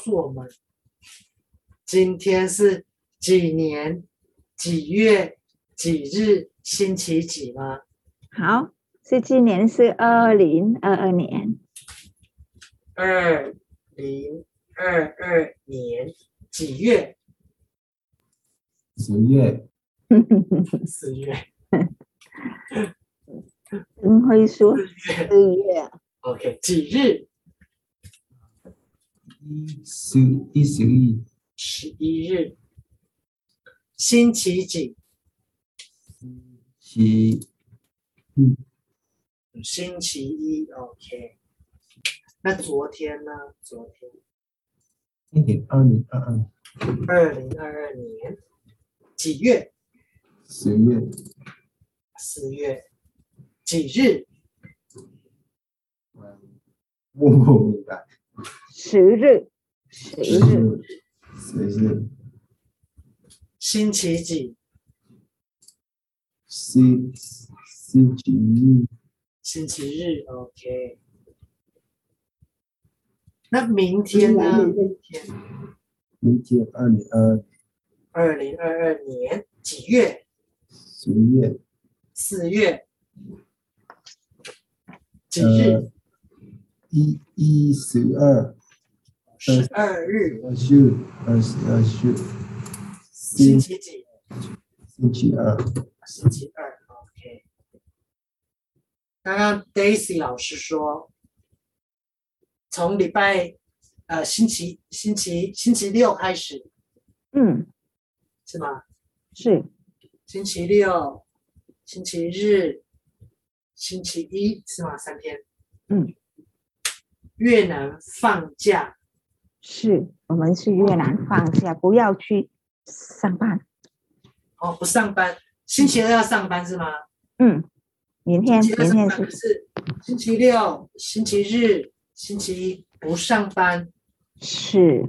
诉我们今天是几年几月几日星期几吗？好，是今年是二零二二年 二零二二年几月？十月四月。灯会说四月 OK，几日？一十一十一十一日。星期几？七星期一。OK。那昨天呢？昨天一点二零二二二零二二年几月？十月四月几日？嗯我不明白十日十日十日星期几？星星期一星期日，OK。那明天呢？明天二零二二二零二二年几月？十月四月几日？呃一一十二十二日，二十二十二十星星期几？星期二星期二，OK。刚刚 Daisy 老师说，从礼拜呃星期星期星期六开始嗯是吗？是星期六、星期日、星期一是吗？三天。嗯。越南放假是，我们去越南放假，不要去上班。哦，不上班，星期二要上班是吗？嗯，明天星期二明上天班，可是是星期六、星期日、星期一不上班，是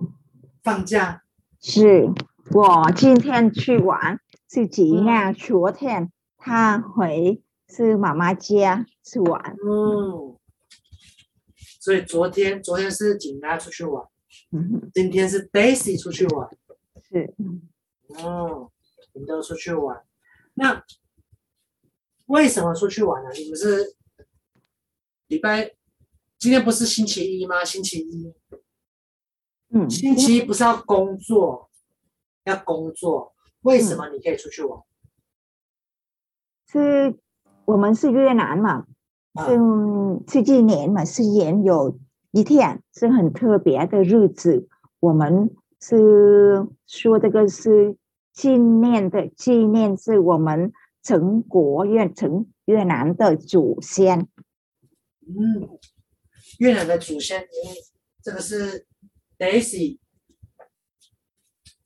放假。是，我今天去玩，是怎样？昨天他回是妈妈家去玩，嗯，所以昨天昨天是景拉出去玩，嗯哼，今天是 Daisy 出去玩。是哦，你们都出去玩，那为什么出去玩呢、你们是礼拜今天不是星期一吗？星期一，嗯，星期一不是要工作，要工作，为什么你可以出去玩？是我们是越南嘛，啊是是今年嘛，是年有一天是很特别的日子，我们是说这个是纪念的，纪念是我们成国越成越南的祖先，嗯，越南的祖先，嗯这个是 Daisy，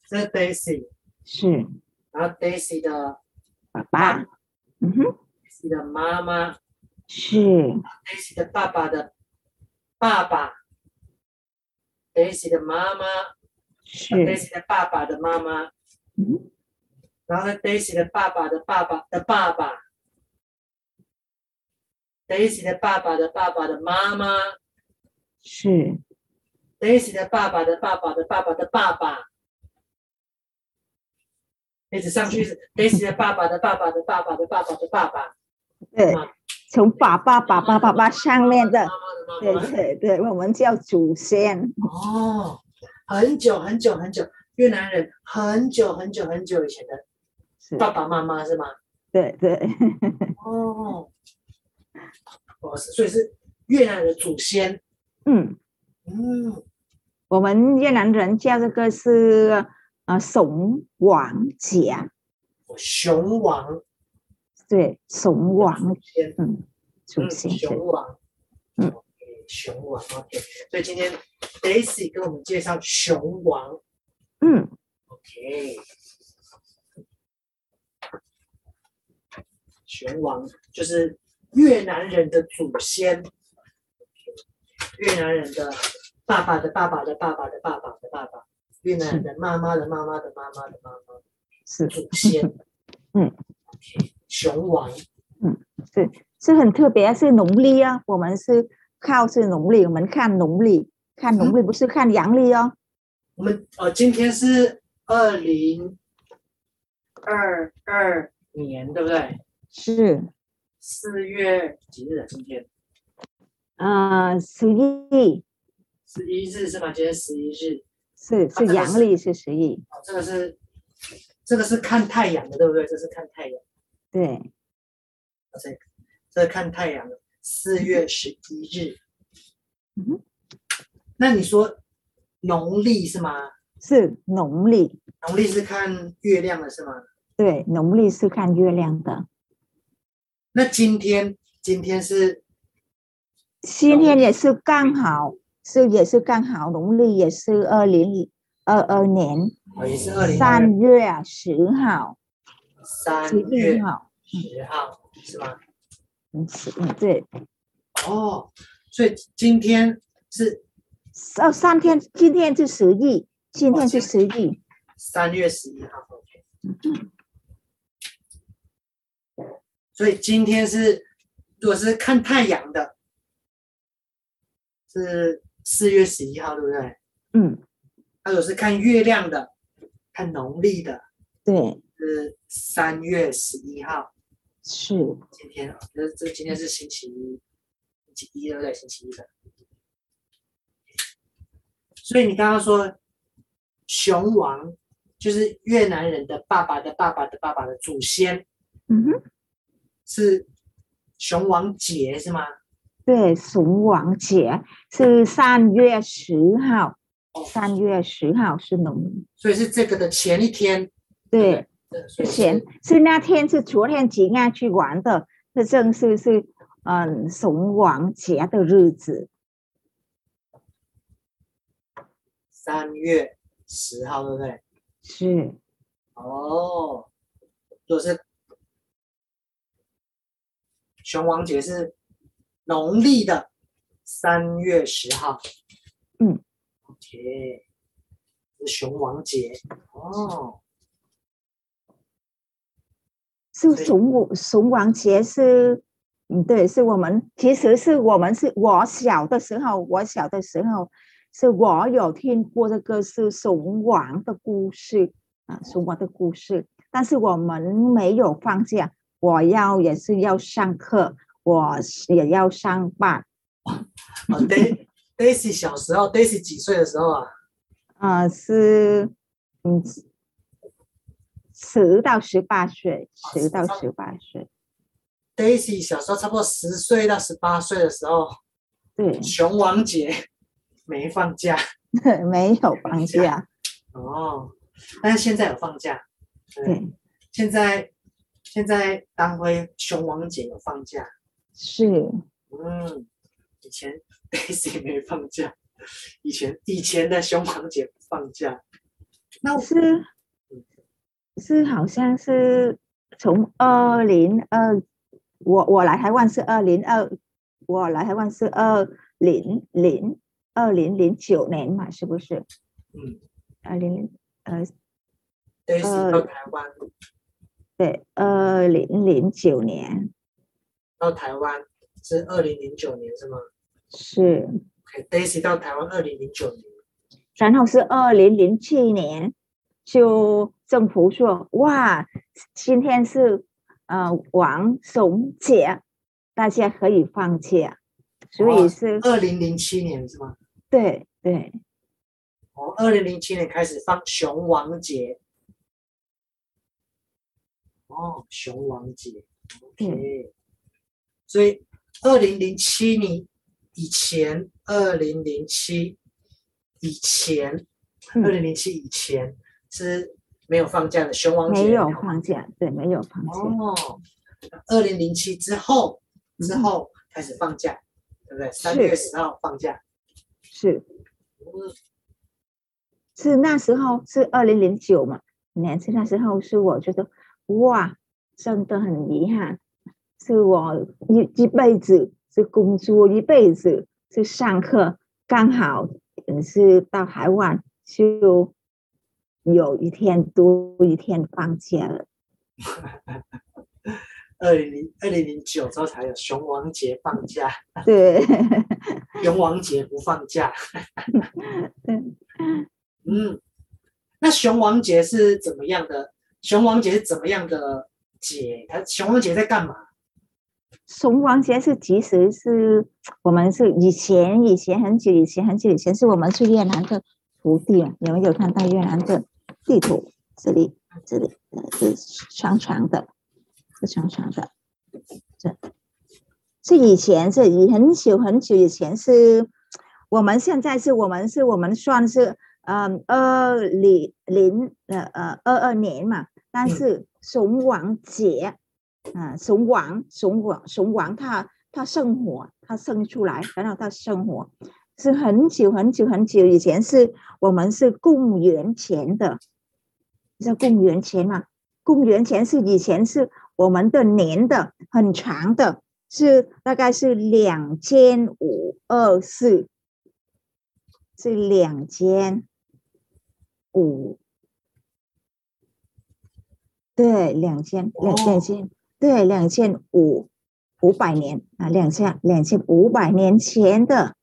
这是 Daisy，是然后 Daisy 的爸爸爸，嗯哼， Daisy 的妈妈是 Daisy 的爸爸的爸爸，Daisy 的妈妈是，Daisy 的爸爸的妈妈，嗯然后呢，Daisy 的爸爸的爸爸的爸爸，Daisy 的爸爸的爸爸的妈妈是，Daisy 的爸爸的爸爸的爸爸的爸爸，一直上去是 Daisy 的爸爸的爸爸的爸爸的爸爸的爸爸，对妈，从爸爸爸爸爸爸上面妈的，妈的对妈妈。对对，我们叫祖先，哦，很久很久很久，越南人很久很久很久以前的是，爸爸妈妈是吗？对对。 哦，哦，所以是越南的祖先。嗯，嗯，我们越南人叫这个是呃怂王节，熊王对，怂王先，祖嗯，先，对熊王，嗯 OK，熊王，OK。所以今天 Daisy 跟我们介绍熊王嗯， ，OK。熊王就是越南人的祖先。越南人的爸爸的爸爸的爸爸的爸爸的爸爸，越南人的妈妈的妈妈的妈妈的妈妈是。祖先嗯，OK，熊王是很特别，是农历啊啊，我们是靠是农历，我们看农历，看农历不是看阳历哦，我们呃，今天是二零二二年，对不对？是四月几日啊？今天呃十一十一日是吗？今天十一日，是这是个阳是历是十一，哦，这个是这个是看太阳的，对不对？这是看太阳，对，哦这个这个看太阳的，四月十一日。嗯哼那你说农历是吗？是农历，农历是看月亮的是吗？对，农历是看月亮的。那今天今天是今天也是刚好，是也是刚好，农历也是二零二二年哦，也是二零二三月十号，十三月一号，十号是吗？嗯，是嗯对，哦，所以今天是哦，三天，今天是十一，今天是十一，三月十一号，OK。所以今天是，如果是看太阳的，是四月十一号，对不对？嗯，那如果是看月亮的，看农历的对，是三月十一号。是，今天啊，这这今天是星期一，星期一对不对？星期一的。所以你刚刚说，熊王就是越南人的爸爸的爸爸的爸爸的祖先嗯哼，是熊王杰是吗？对，熊王节是三月十号，三月十号是农，所以是这个的前一天。对，对，所之以是前是那天是昨天吉安去玩的，这正是是嗯熊王节的日子，三月十号，对不对？是哦，如果是熊王节是农历的三月十号，嗯，OK，是熊王节哦，是对熊王熊王节是。嗯，对，是我们，其实是我们是我小的时候，我小的时候是我有听过这个是熊王的故事啊，熊王的故事，但是我们没有放假，我要也是要上课，我是也要上班，哦，Day Daisy 小时候，Daisy 几岁的时候啊？呃，是嗯，十到十八岁，十到十八岁， Daisy 小时候差不多十岁到十八岁的时候，对，熊王节没放假 没有啊放假，哦，但是现在有放假，对不对 对，现在现在安徽熊王节有放假，是，嗯，以前 Daisy 没放假，以前以前的熊王节不放假，那我是是，好像是从二零二，我我来台湾是二零二，我来台湾是二零零二零零九年嘛，是不是？嗯，二零零呃 Daisy 呃到台湾对，二零零九年到台湾是二零零九年是吗是。 ？OK，Daisy 到台湾二零零九年，然后是二零零七年，嗯就政府说哇，今天是呃王总节，大家可以放假，所以哇是二零零七年是吗？对对哦，二零零七年开始放熊王节，哦，熊王节，OK，所以二零零七年以前，二零零七以前，嗯二零零七以前是没有放假的熊王节，没有放假，对没有放假，哦，二零零七之后之后开始放假，对不对？三月十号放假，是嗯是那时候是二零零九嘛，年是那时候是我觉得哇，真的很遗憾，是我一一辈子是工作，一辈子是上课，刚好嗯是到台湾就有一天多一天放假了，二零零二零零九之后才有熊王节放假，对熊王节不放假。对，嗯，那雄王节是怎么样的？雄王节是怎么样的节？它雄王节在干嘛？雄王节是其实是我们是以前以前很久以前很久以前是我们去越南的徒弟啊，有没有看到越南的地图？这里这里呃是长长的，是长长的，这是以前是以很久很久以前是，我们现在是我们是我们算是嗯二零零呃呃二二年嘛，但是雄王节。啊，雄王，雄王，雄王他，他圣火，他生出来，然后他圣火是很久很久很久以前是，我们是公元前的，叫公元前嘛，公元前是以前是我们的年的很长的，是大概是两千五二四，是两千五，对，两千两两千。对，两千五五百年啊，两千两千五百年前的，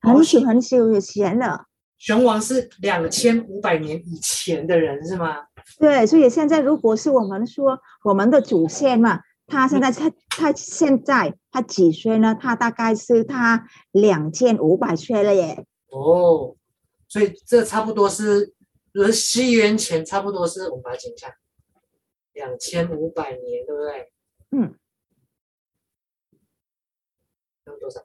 很久很久以前了。雄王是两千五百年以前的人是吗？对，所以现在如果是我们说我们的祖先嘛，他现在他他现在他几岁呢？他大概是他两千五百岁了耶。哦，所以这差不多是，如果西元前差不多是，我们把它剪一下，两千五百年，对不对？嗯，差不多少？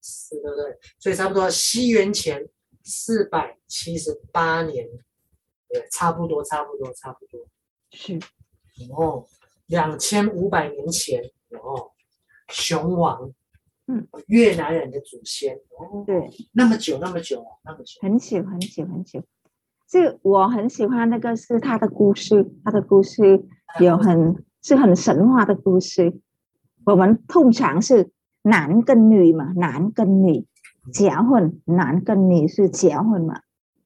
四，对不对？所以差不多西元前四百七十八年，对，差不多，差不多，差不多。是哦，两千五百年前，哦，雄王，嗯，越南人的祖先，哦，对。那么久，那么久啊，那么久，很久很久很久。这我很喜欢那个是他的故事，他的故事有很是很神话的故事。我们通常是男跟女嘛，男跟女结婚，男跟女是结婚嘛，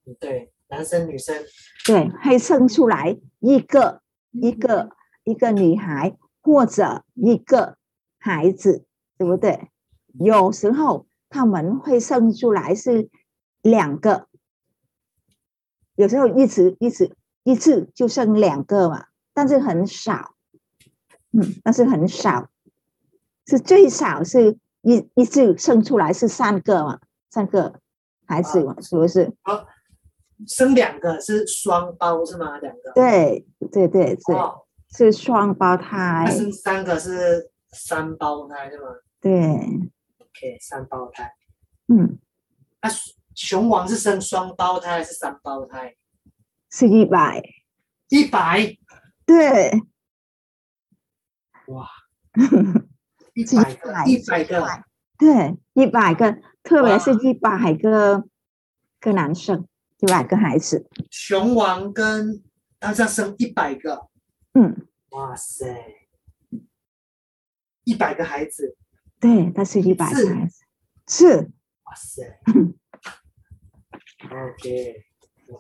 嗯对，男生女生，对，会生出来一个一个一个女孩或者一个孩子，对不对？有时候他们会生出来是两个，有时候一直一直一次就生两个嘛，但是很少，嗯，但是很少，是最少是一一次生出来是三个嘛，三个孩子嘛，是不是？生两个是双胞是吗？两个，对对对对，哦，是双胞胎那，生三个是三胞胎是吗对， ？OK，三胞胎。嗯，那雄王是生双胞胎还是三胞胎？是一百，一百，对，哇，一是百个，一百100个， 对，一百个，特别哇是一百个个男生，一百个孩子，雄王跟他这样生一百个，嗯，哇塞，一百个孩子，对，他是一百是个孩子，是，哇塞 ，OK，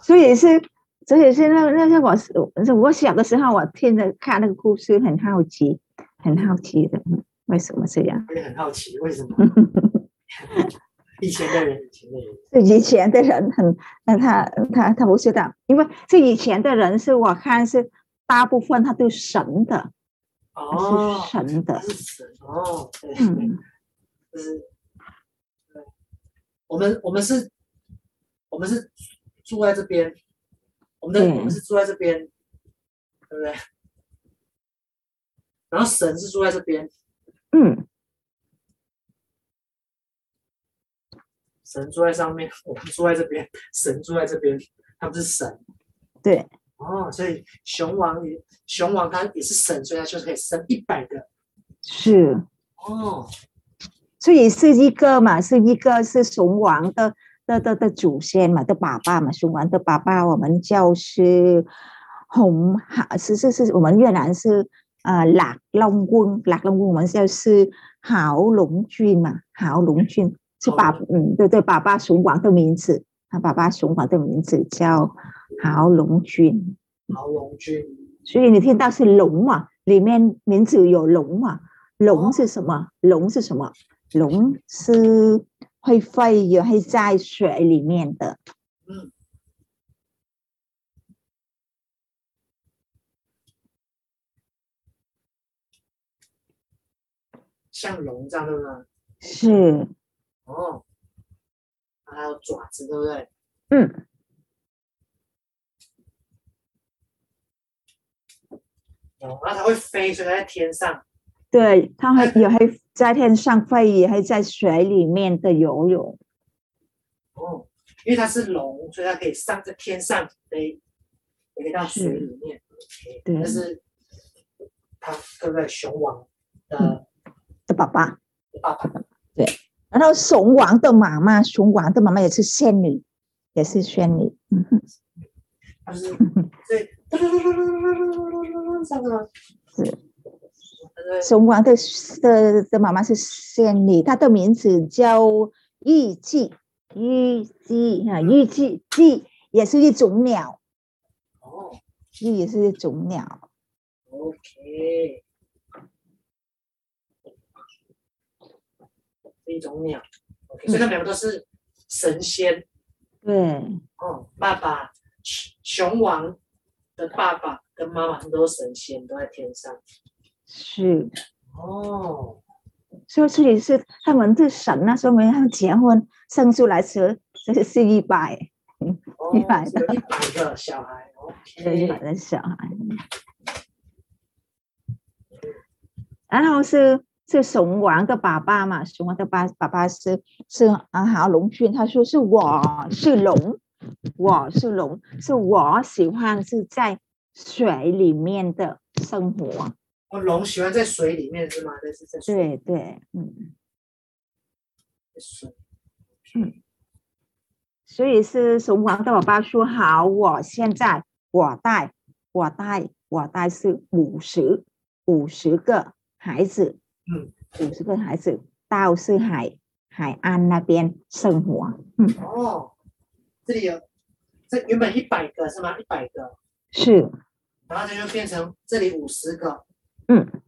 所以是，所以是那那是我是我小的时候，我听着看那个故事，很好奇，很好奇的，嗯为什么这样？我也很好奇为什 么以前的人，以前的人，是以前的人很，那他他他不知道，因为是以前的人是我看是大部分他都神的，他哦是，神的他，是神哦，对，嗯，就是，对我们我们是，我们是住在这边，我们的对我们是住在这边，对不对？然后神是住在这边，嗯，神住在上面，我们住在这边，神住在这边，他们是神。对。哦，所以熊王也熊王他也是神，所以他就是可以生一百个。是，哦，所以是一个嘛，是一个是雄王的的的的祖先嘛的爸爸嘛，雄王的爸爸我们叫是红哈，是是是我们越南是呃lạc long quân，lạc long quân 我们就是郝龙俊嘛，郝龙俊是爸郝嗯对对，爸爸雄王的名字，他爸爸雄王的名字叫郝龙俊。敖龙君，所以你听到是龙嘛，里面名哦字有龙嘛？龙是什么？龙是什么？龙是会沸油，会在水里面的。像龙这样，对不对？是，哦，还有爪子，对不对？嗯，哦，然后它会飞，所以它在天上。对，它会也会在天上飞，也会在水里面的游泳。哦，因为它是龙，所以它可以上在天上飞，也可以到水里面。OK，对但是它对不对？熊王的的爸爸，爸爸，然后熊王的妈妈，熊王的妈妈也是仙女，也是仙女。嗯哼，它就是对，这样子吗？是对熊王的的的妈妈是仙女，她的名字叫玉姬，玉姬啊，玉姬姬也是一种鸟，哦玉也是一种鸟。 ，OK，是一种鸟。OK，所以他们两个都是神仙。对，哦，爸爸，熊熊王的爸爸跟妈妈他们都是神仙，都在天上。是。哦，所以这里是他们对神啊，说明他们结婚生出来时这是一百哦明白的有一百个小孩一百，OK，的小孩，然后是是熊王的爸爸嘛，熊王的爸爸爸是是啊好龙俊，他说是我是龙，我是龙，是我喜欢是在水里面的生活，哦，龙喜欢在水里面是吗？但是在水，对对，嗯。在水，所以是熊王的爸爸说好，我现在我带我带我带是五十五十个孩子，嗯，五十个孩子到是海海岸那边生活，嗯，哦，这里有，这原本一百个是吗？一百个，是然后它就变成这里五十个，嗯，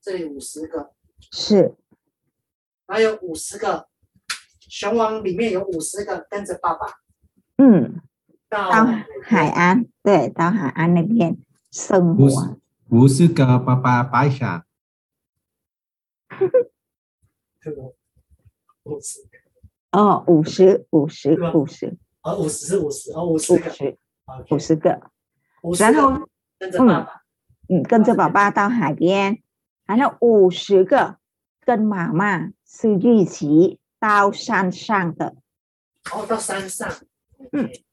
这里五十个，是然后有五十个，熊王里面有五十个跟着爸爸嗯，到到海岸对，到海岸那边生五十活，五十个爸爸白傻，五十，哦，五十五十是吧五十哦，五十是五十，哦，五十五个十，OK 五十个，五十然个后跟着爸爸，嗯，跟着爸爸到海边，然后五十个跟妈妈是一起到山上的，然后到山上。嗯 OK，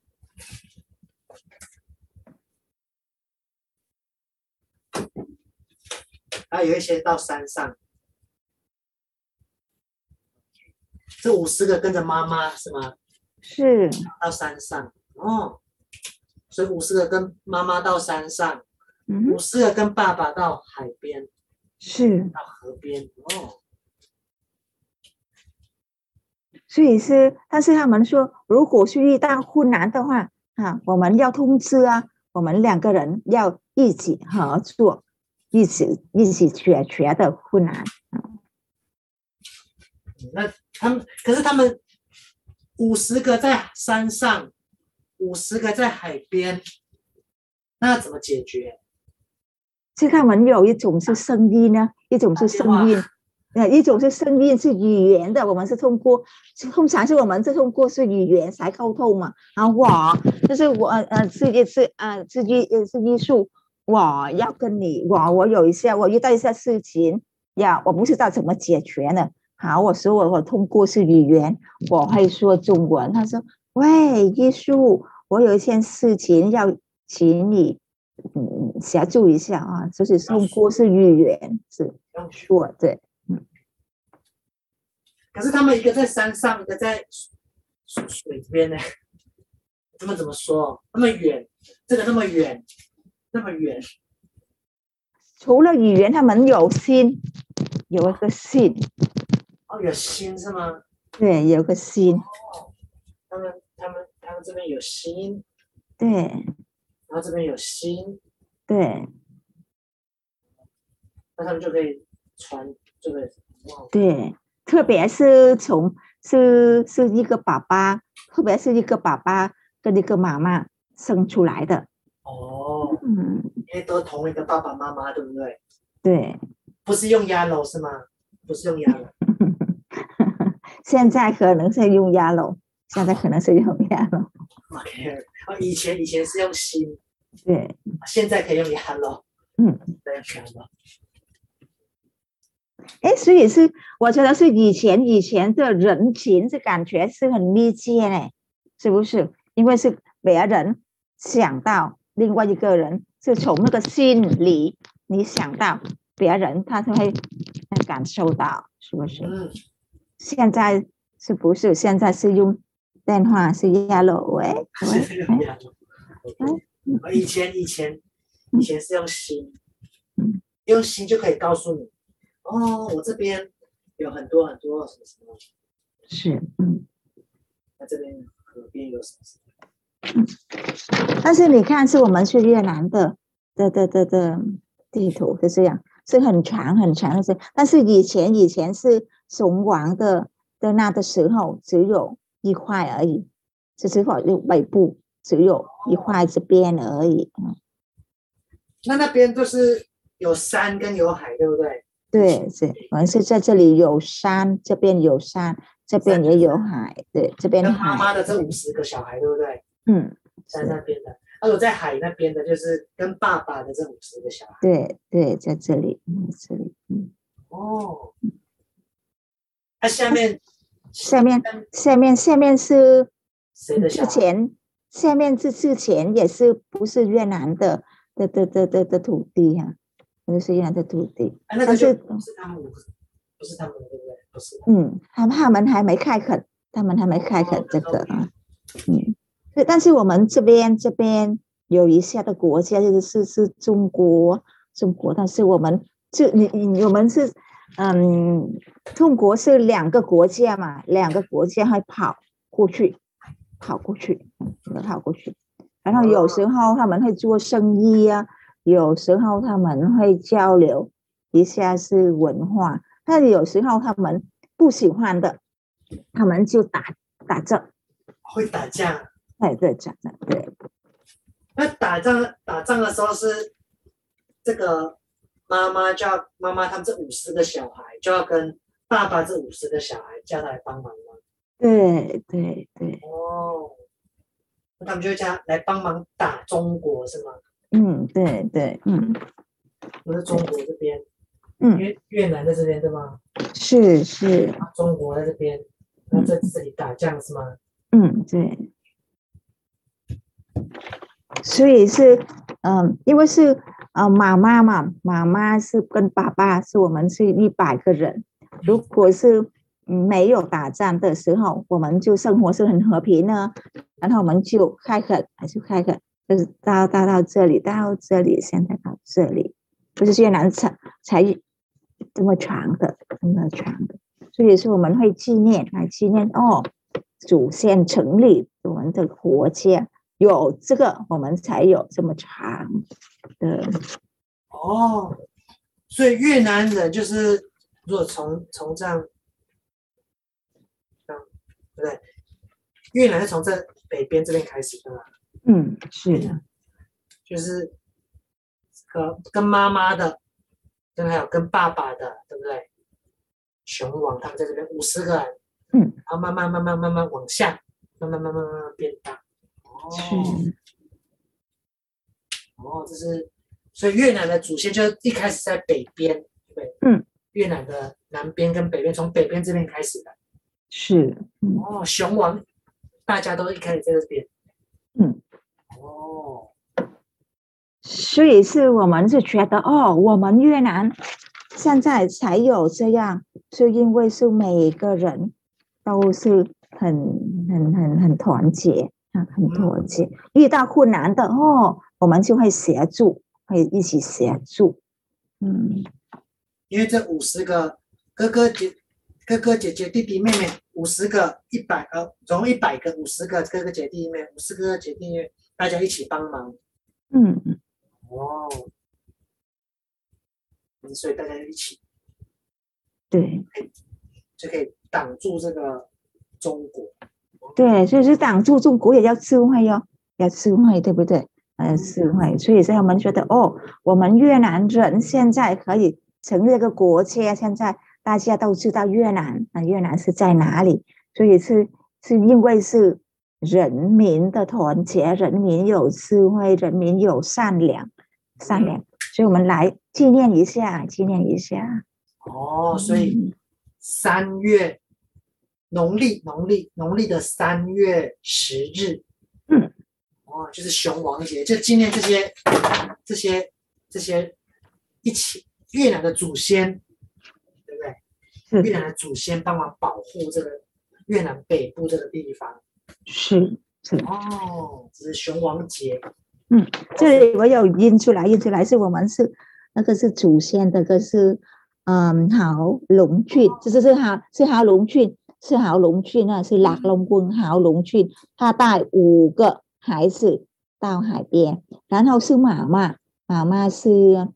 然后有一些到山上。这五十个跟着妈妈是吗？是到山上哦，所以五十个跟妈妈到山上，嗯五哼，十个跟爸爸到海边、是，到河边哦。所以是，但是他们说，如果是遇到困难的话啊，我们要通知啊，我们两个人要一起合作，一起一起解决的困难。那他们可是他们五十个在山上，五十个在海边，那怎么解决？是他们有一种是声音呢，一种是声音，呃，一种是声音是语言的，我们是通过，通常是我们是通过是语言才沟通嘛。然后我就是我呃呃是一是呃是艺呃是艺术，我要跟你我我有一些我遇到一些事情呀，我不知道怎么解决呢。好，我说我我通过是语言，我会说中文。他说喂，艺术，我有一件事情要请你嗯协助一下啊，就是通过是语言是说对，可是他们一个在山上，一个在水水边呢，他们怎么说？那么远，这个那么远，那么远，除了语言，他们有心，有一个心，哦，有心是吗？对，有个心，他们他们他们这边有心，对然后这边有心，对那他们就可以传这个哇，哦对，特别是从是是一个爸爸，特别是一个爸爸跟一个妈妈生出来的。哦，嗯，因为都同一个爸爸妈妈，对不对？对。 不是用 yellow 是吗？不是用 yellow。现在可能是用 yellow，现在可能是用 yellow。 OK，哦，以前以前是用心，对，现在可以用 yellow。嗯，对，yellow。哎，所以是我觉得是以前以前的人情是感觉是很密切嘞，是不是？因为是别人想到另外一个人，是从那个心里你想到别人，他就会感受到，是不是？嗯，现在是不是？现在是用电话是 yellow 喂喂是用 yellow。哦以前以前以前是用心嗯，用心就可以告诉你，哦，我这边有很多很多什么什么，是嗯。那这边河边有什么什么。但是你看，是我们去越南的的的的的地图是这样，是很长很长的是。但是以前以前是雄王的的那的时候，只有一块而已，只是否有北部只有一块这边而已。嗯那那边就是有山跟有海，对不对？对，是我们是在这里有山，这边有山，这边也有海，对，这边跟妈海，妈的这五十个小孩，对不对？嗯，在那边的，还有在海那边的，就是跟爸爸的这五十个小孩。对对，在这里，嗯，这里，嗯，哦，那、下面下面下面下面是。谁的小之孩？前下面是之前也是不是越南的的的的的的土地啊，不是越南的土地，啊、那个但就是不是他们五个，不是他们的，对不对？不是。嗯，他他们还没开垦，他们还没开垦哦这个了啊，嗯，对，但是我们这边这边有一些的国家就是是是中国中国，但是我们就你你我们是嗯，中国是两个国家嘛，两个国家还跑过去，跑过去，嗯，跑过去，然后有时候他们会做生意啊，有时候他们会交流一下是文化，但有时候他们不喜欢的，他们就打打仗，会打架。哎，对，打仗，对，那打仗打仗的时候是这个妈妈就要妈妈他们这五十个小孩就要跟爸爸这五十个小孩叫他来帮忙吗？对，对，对，哦，那他们就会叫他来帮忙打中国是吗？嗯，对，对，嗯，不是中国这边，嗯越越南在这边对吗？是是，啊中国在这边，那在这里打仗是吗？嗯，对。所以是，嗯，因为是呃，妈妈嘛，妈妈是跟爸爸是我们是一百个人。如果是嗯没有打仗的时候，我们就生活是很和平呢。然后我们就开垦，还是开垦，就是到到到这里，到这里，现在到这里，就是越南才才这么长的，这么长的。所以说我们会纪念，来纪念哦，祖先成立我们的国家。有这个，我们才有这么长的。哦，所以越南人就是如果从从这样，这样对不对？越南是从这北边这边开始的嘛，嗯，是的，就是跟跟妈妈的，跟还有跟爸爸的，对不对？雄王他们在这边五十个人，嗯，然后慢慢慢慢慢慢往下，慢慢慢慢慢慢变大。哦，是，哦，这是，所以越南的祖先就是一开始在北边，对，嗯，越南的南边跟北边，从北边这边开始的。是，嗯哦，雄王，大家都一开始在这边。嗯，哦，所以是我们是觉得哦，我们越南现在才有这样，是因为是每个人都是很很很很团结啊，很团结。遇到困难的哦，我们就会协助，会一起协助。嗯，因为这五十个哥哥姐、哥哥姐姐、弟弟妹妹，五十个一百呃，总共一百个五十个哥哥姐弟妹，五十个哥哥姐弟妹，大家一起帮忙。嗯嗯哦，嗯所以大家一起对，就可以挡住这个中国。对，所以是挡住中国也要智慧哟、要智慧，对不对？嗯呃，智慧，所以是他们觉得哦，我们越南人现在可以成立一个国家，现在大家都知道越南，啊、越南是在哪里？所以是是因为是人民的团结，人民有智慧，人民有善良，善嗯良，所以我们来纪念一下，纪念一下。哦，所以嗯三月农历农历农历的三月十日，嗯，哦，就是雄王节，就纪念这些这些这些一起越南的祖先，对不对？是越南的祖先帮忙保护这个越南北部这个地方。是。哦，这是雄王节。这里我有印出来，印出来是我们是那个是祖先的，那个是嗯郝龙俊，这是是郝是郝龙俊，是郝龙俊啊，是lạc long quân 郝龙俊，他带五个孩子到海边，然后是妈妈，妈妈是。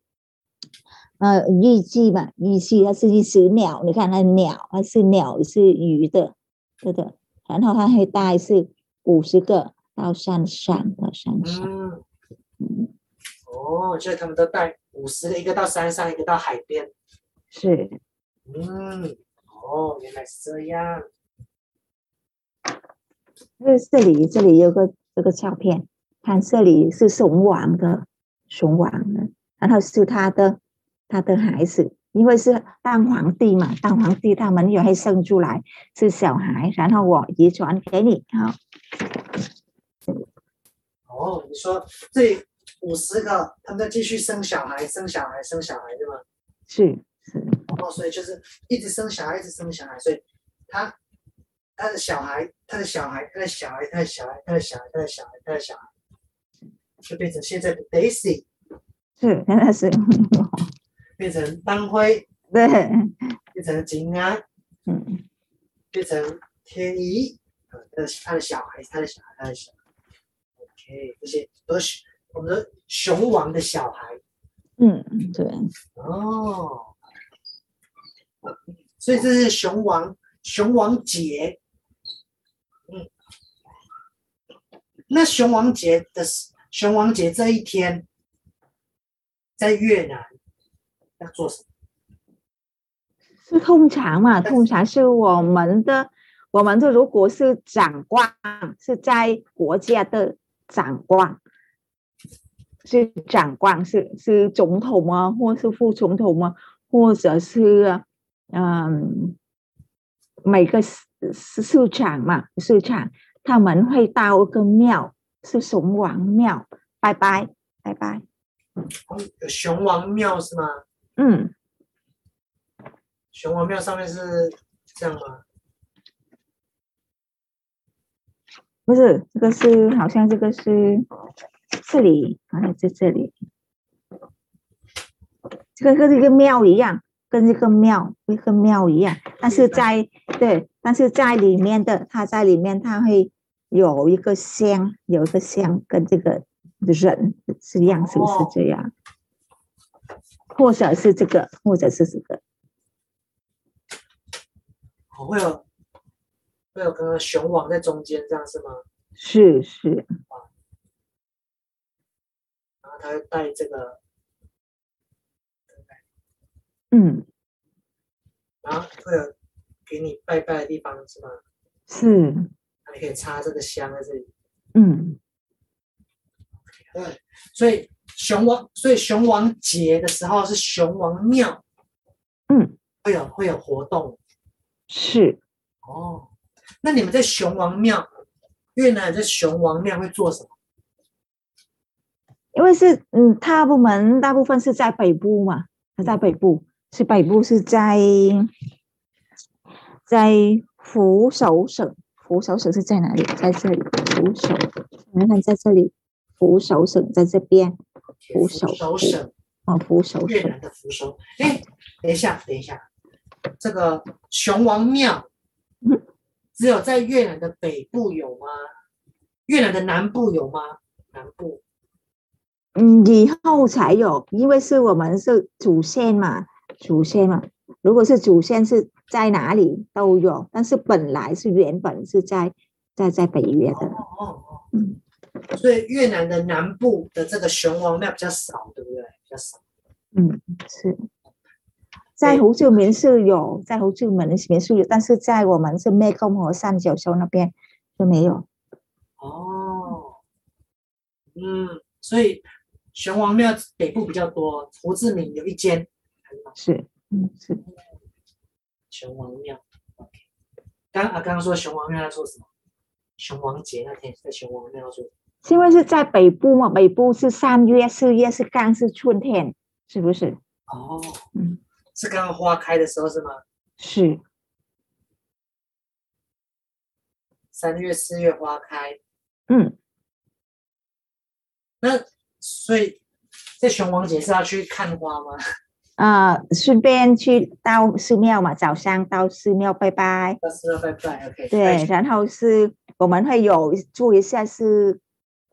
呃，玉器嘛，玉器它是一只鸟，你看那鸟，它是鸟是鱼的，对的。然后它会带是五十个到山上，到山上。嗯，哦，所以他们都带五十个，一个到山上，一个到海边。是，嗯，哦，原来是这样。这这里这里有个这个照片，看这里是雄王的，雄王的，然后是他的他的孩子，因为是当皇帝嘛，当皇帝他们也会生出来是小孩，然后我遗传给你，好，哦，你说这五十个，他们在继续生小孩，生小孩，生小孩，对吗？是是，哦，所以就是一直生小孩，一直生小孩，所以他他的小孩，他的小孩，他的小孩，他的小孩，他的小孩，他的小孩，他的小孩，就变成现在的 Daisy，是 真的是，变成当辉，对，变成景安，嗯，变成天一，啊，他的他的小孩，他的小孩，他的小孩，OK，这些都是我们的熊王的小孩。嗯，对，哦，所以这是熊王熊王节，嗯，那熊王节的时熊王节这一天，在越南要做什么？是通常嘛，通常是我们的，我们的如果是长官，是在国家的长官，是长官，是是总统啊，或是副总统啊，或者是嗯，每个市市市场嘛，市场他们会到一个庙，是雄王庙，拜拜，拜拜，哦有熊王庙是吗？嗯，熊王庙上面是这样吗？不是，这个是好像这个是这里，好像在这里，这个跟这个庙一样，跟这个庙一个庙一样，但是在对，但是在里面的，它在里面它会有一个香，有一个香跟这个人是样子是哦这样，或者是这个，或者是这个，哦，会有会有刚刚熊王在中间这样是吗？是是。然后他会带这个，嗯，然后会有给你拜拜的地方是吗？是，那你可以插这个香在这里。嗯，对，所以熊王，所以熊王节的时候是熊王庙，嗯，会有会有活动是。哦。那你们在熊王庙，越南人在熊王庙会做什么？因为是嗯，大部分大部分是在北部嘛，在北部是北部是在在福首省，福首省是在哪里？在这里，福首，你看在这里，福首省在这边，扶手手省，哦，福首越省南的扶手。哎，等一下，等一下，这个熊王庙嗯，只有在越南的北部有吗？越南的南部有吗？南部嗯，以后才有，因为是我们是祖先嘛，祖先嘛，如果是祖先是在哪里都有，但是本来是原本是在在在北越的，哦嗯哦，所以越南的南部的这个雄王庙比较少，对不对？比较少。嗯，是。在胡志明市有，在胡志明民宿有，但是在我们是湄公河三角洲那边就没有。哦，嗯，所以雄王庙北部比较多，胡志明有一间是，嗯，是。雄王庙。OK，刚啊，刚刚说雄王庙要做什么？雄王节那天在雄王庙要做什么是因为是在北部嘛，北部是三月、四月是刚是春天，是不是？哦，嗯，是刚刚花开的时候是吗？是，三月、四月花开，嗯，那所以在雄王节是要去看花吗？啊，顺便去到寺庙嘛，早上到寺庙拜拜，要是要拜拜，OK，拜对，去然后是我们会有做一下是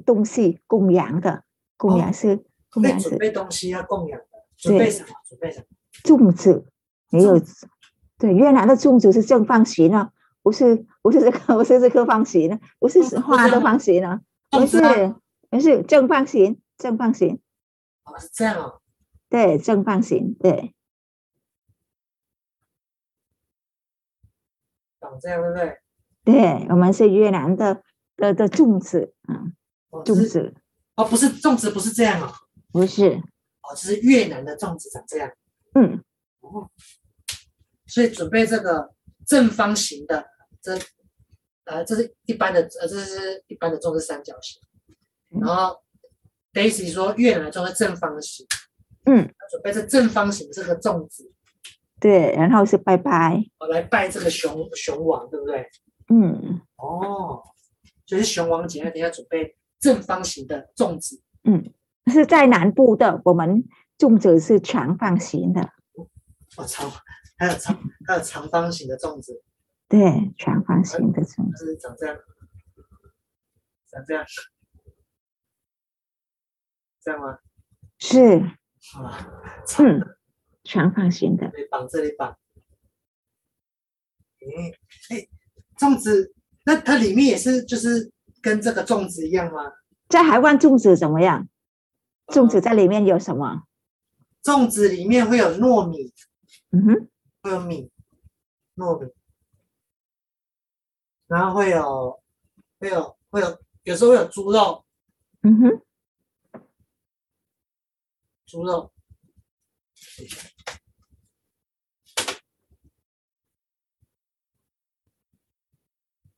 东西供养的，供养是、供会养准是备东西要供养的，准备什么？准备什么？粽子，也有粽对越南的粽子是正方形啊，不是不是这个 不是这个方形啊，不是不是花这的样方形啊，不粽是子啊不是正方形正方形。哦，是这样哦。对，正方形，对，长这样对不对？对，我们是越南的的的粽子，嗯，哦，粽是子哦，不是粽子，不是这样哦，不是，哦，这是越南的粽子长这样，嗯，所以准备这个正方形的，这呃，这是一般的，呃，这是一般的粽是三角形，然后 Daisy 说越南的粽是正方形，嗯，准备这正方形这个粽子，对，然后是拜拜，我来拜这个熊熊王，对不对？嗯哦，就是熊王节那天要准备正方形的粽子，嗯，是在南部的，我们粽子是长方形的，哦，长还有长还有长方形的粽子，对，长方形的粽子，就是长这样，长这样，这样吗？是，啊，嗯，长方形的，这里绑这里绑。诶、诶，粽子，那它里面也是就是跟这个粽子一样吗？在海湾粽子怎么样？粽子呃在里面有什么？粽子里面会有糯米，嗯哼，会有米，糯米，然后会有会有会有，有时候会有猪肉，嗯哼，猪肉。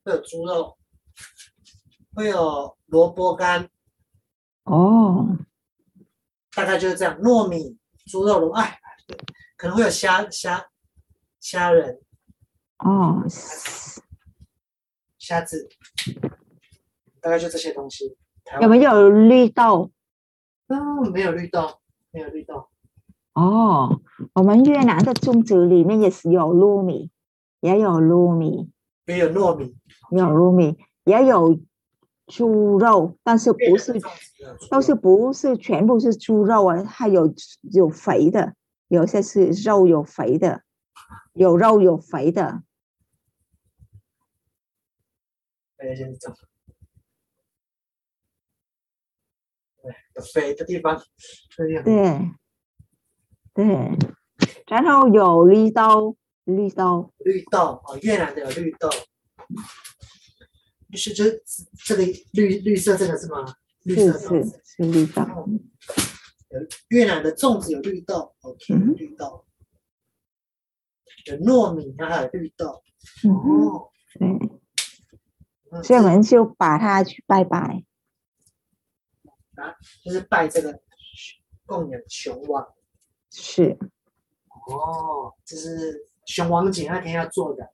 会有猪肉，会有萝卜干，哦，大概就是这样。糯米、猪肉、萝卜，哎，可能会有虾虾虾仁、哦，虾子，大概就这些东西。台有湾没有绿豆？嗯没有绿豆，没有绿豆，哦，我们越南的粽子里面也是有糯米，也有糯米，也有糯米，有糯米，也有猪肉，但是不是都都是不是全部是猪肉啊，还有有肥的，有些是肉有肥的，有肉有肥的，哎，就是这样。对，有肥的地方，这样。对，对，然后有绿豆，绿豆，绿豆哦，越南的有绿豆，就是就是这个绿绿色这个是吗？绿是色的是是绿豆，哦有越南的粽子有绿豆，OK，嗯哼绿豆有糯米，然后还有绿豆嗯哼，哦。对，嗯所以我们就把它去拜拜，就是拜这个供养熊王是。哦，这是熊王节那天要做的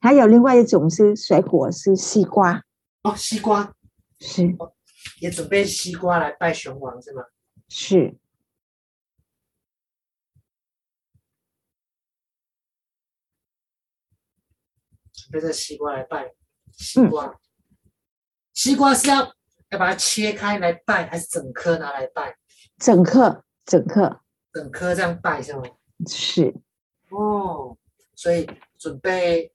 还有另外一种是水果，是西瓜，哦。西瓜是也准备西瓜来拜熊王是吗？是，准备这个西瓜来拜西瓜。西瓜是要要把它切开来拜，还是整颗拿来拜？整颗整颗整颗这样拜是吗？是，哦，所以准备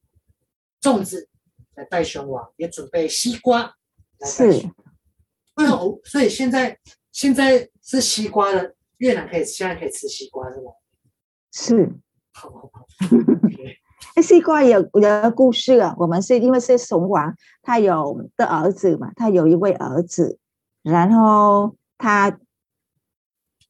粽子来拜熊王，也准备西瓜来拜是熊。为什么？所以现在现在是西瓜的，越南可以现在可以吃西瓜是吗？ 是。好好好，哎，西瓜有有个故事啊，我们是因为是熊王，他有的儿子嘛，他有一位儿子，然后他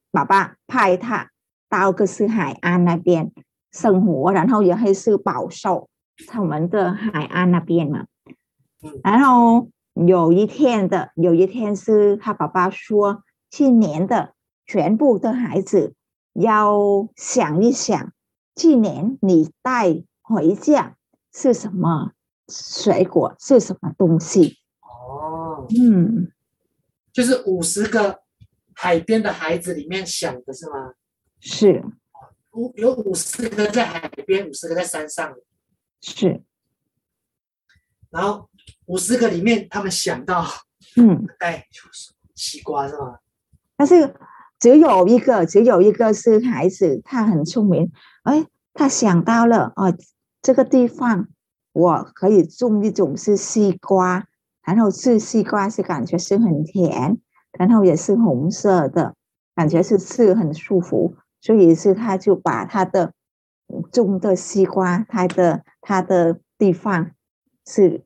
爸爸派他到个是海岸那边生活，然后也还是饱受他们的海岸那边嘛嗯。然后有一天的，有一天是他爸爸说，今年的全部的孩子要想一想。去年你带回家是什么水果，是什么东西？哦，嗯，就是五十个海边的孩子里面想的是吗？是五有五十个在海边，五十个在山上，是，然后五十个里面他们想到嗯，哎，就是西瓜是吗？但是只有一个，只有一个是孩子，他很聪明，哎，他想到了哦，这个地方我可以种一种是西瓜，然后吃西瓜是感觉是很甜，然后也是红色的，感觉是吃很舒服，所以是他就把他的嗯种的西瓜，他的他的地方是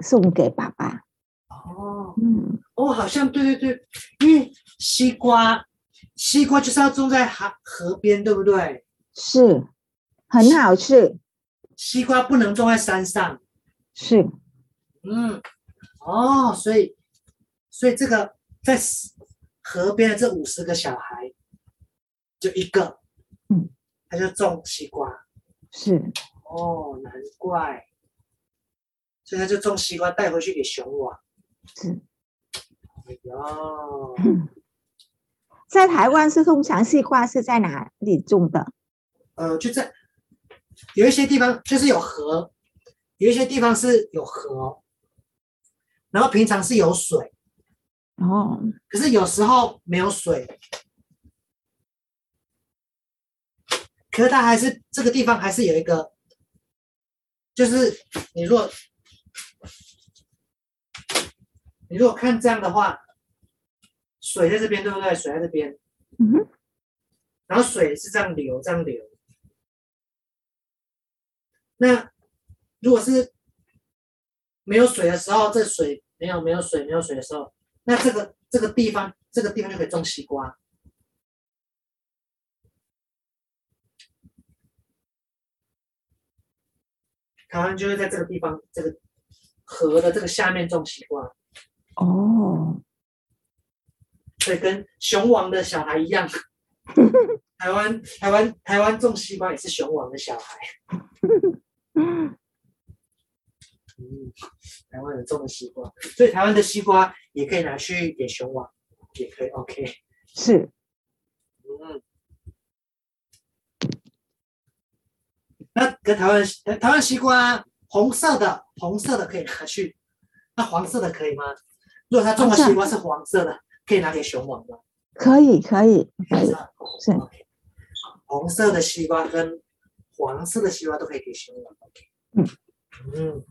送给爸爸，哦，嗯，哦，好像对对对，因为西瓜，西瓜就是要种在河河边，对不对？是很好吃，西瓜不能种在山上。是。嗯，哦，所以，所以这个在 s- 河边的这五十个小孩，就一个，嗯，他就种西瓜。是哦，难怪，所以他就种西瓜带回去给熊王。是，哎呦。在台湾是通常西瓜是在哪里种的？呃，就在有一些地方就是有河，有一些地方是有河，然后平常是有水，哦，可是有时候没有水，可是它还是这个地方还是有一个，就是你若你如果看这样的话，水在这边对不对？水在这边，嗯哼，然后水是这样流，这样流。那如果是没有水的时候，这水没有没有水没有水的时候，那这个这个地方这个地方就可以种西瓜。台湾就会在这个地方，这个河的这个下面种西瓜，哦，所以跟熊王的小孩一样，台湾台湾台湾种西瓜也是熊王的小孩。嗯，嗯，台湾人种的西瓜，所以台湾的西瓜也可以拿去给熊王，也可以 OK。是嗯，那跟台湾呃台湾西瓜红色的红色的可以拿去，那黄色的可以吗？如果他种的西瓜是黄色的，可以拿给熊王吗？可以可以可以，是是 OK。红色的西瓜跟黄色的西瓜都可以给熊王。OK。嗯，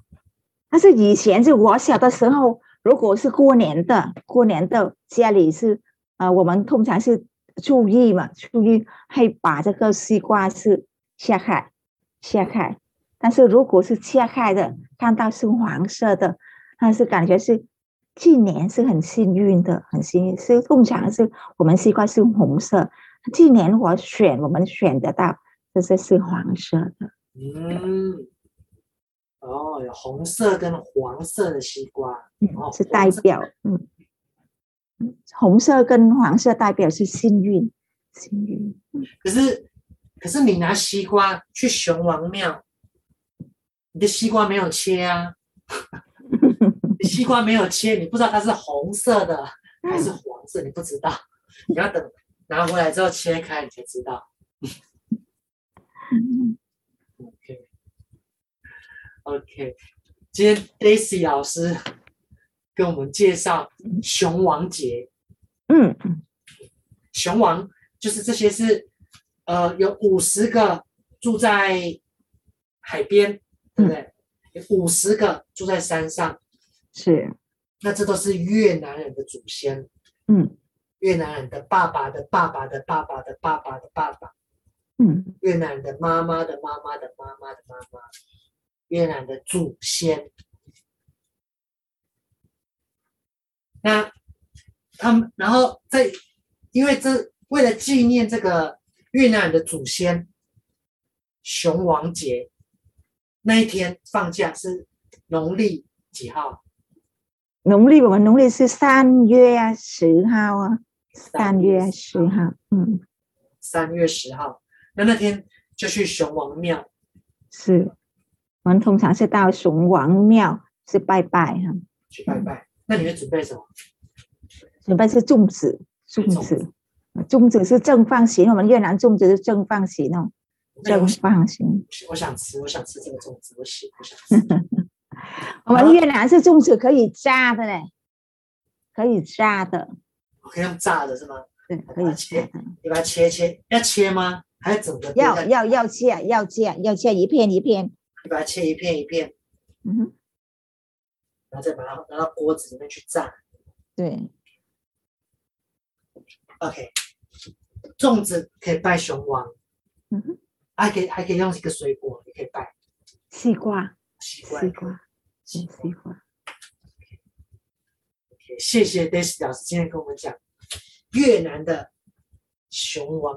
但是以前是我小的时候，如果是过年的，过年的家里是呃，我们通常是初一嘛，初一会把这个西瓜是切开，切开。但是如果是切开的，看到是黄色的，但是感觉是去年是很幸运的，很幸运。是通常是我们西瓜是红色，去年我选我们选得到，这些是黄色的，嗯，哦，有红色跟黄色的西瓜，哦嗯，是代黄色表，嗯，嗯红色跟黄色代表是幸运，幸运，可是可是你拿西瓜去熊王庙，你的西瓜没有切啊，你西瓜没有切，你不知道它是红色的还是黄色，你不知道，你要等拿回来之后切开你才知道。OK OK，今天 Daisy 老师跟我们介绍熊王节。嗯，熊王就是这些是，呃，有五十个住在海边，对不对？有五十个住在山上，是，那这都是越南人的祖先，嗯越南人的爸爸的爸爸的爸爸的爸爸的爸爸，嗯越南人的妈妈的妈妈的妈妈的妈妈，越南的祖先。那他们，然后在，因为这为了纪念这个越南人的祖先熊王节，那一天放假是农历几号？农历我们农历是三月十号啊，三月十号，嗯，三月十号。那那天就去熊王庙是，我们通常是到雄王庙是拜拜哈，去拜拜。那你会准备什么？准备是粽子，粽嗯粽子，粽子是正方形，我们越南粽子是正方形哦，那正我方形。我想吃，我想吃这个粽子，我喜我想吃。我们越南是粽子可以炸的嘞，可以炸的，我可以用炸的是吗？对，可以炸的。你把它切一切，要切吗？还是整个片要段？要要切，要切，要切一片一片。你把它切一片一片，嗯哼，然后再把它拿到锅子里面去炸。对， OK，粽子可以拜熊王，嗯哼，还可以还可以用一个水果，也可以拜西瓜，西瓜。西瓜，西瓜西瓜。 OK，谢谢 Daisy 老师今天跟我们讲越南的熊王。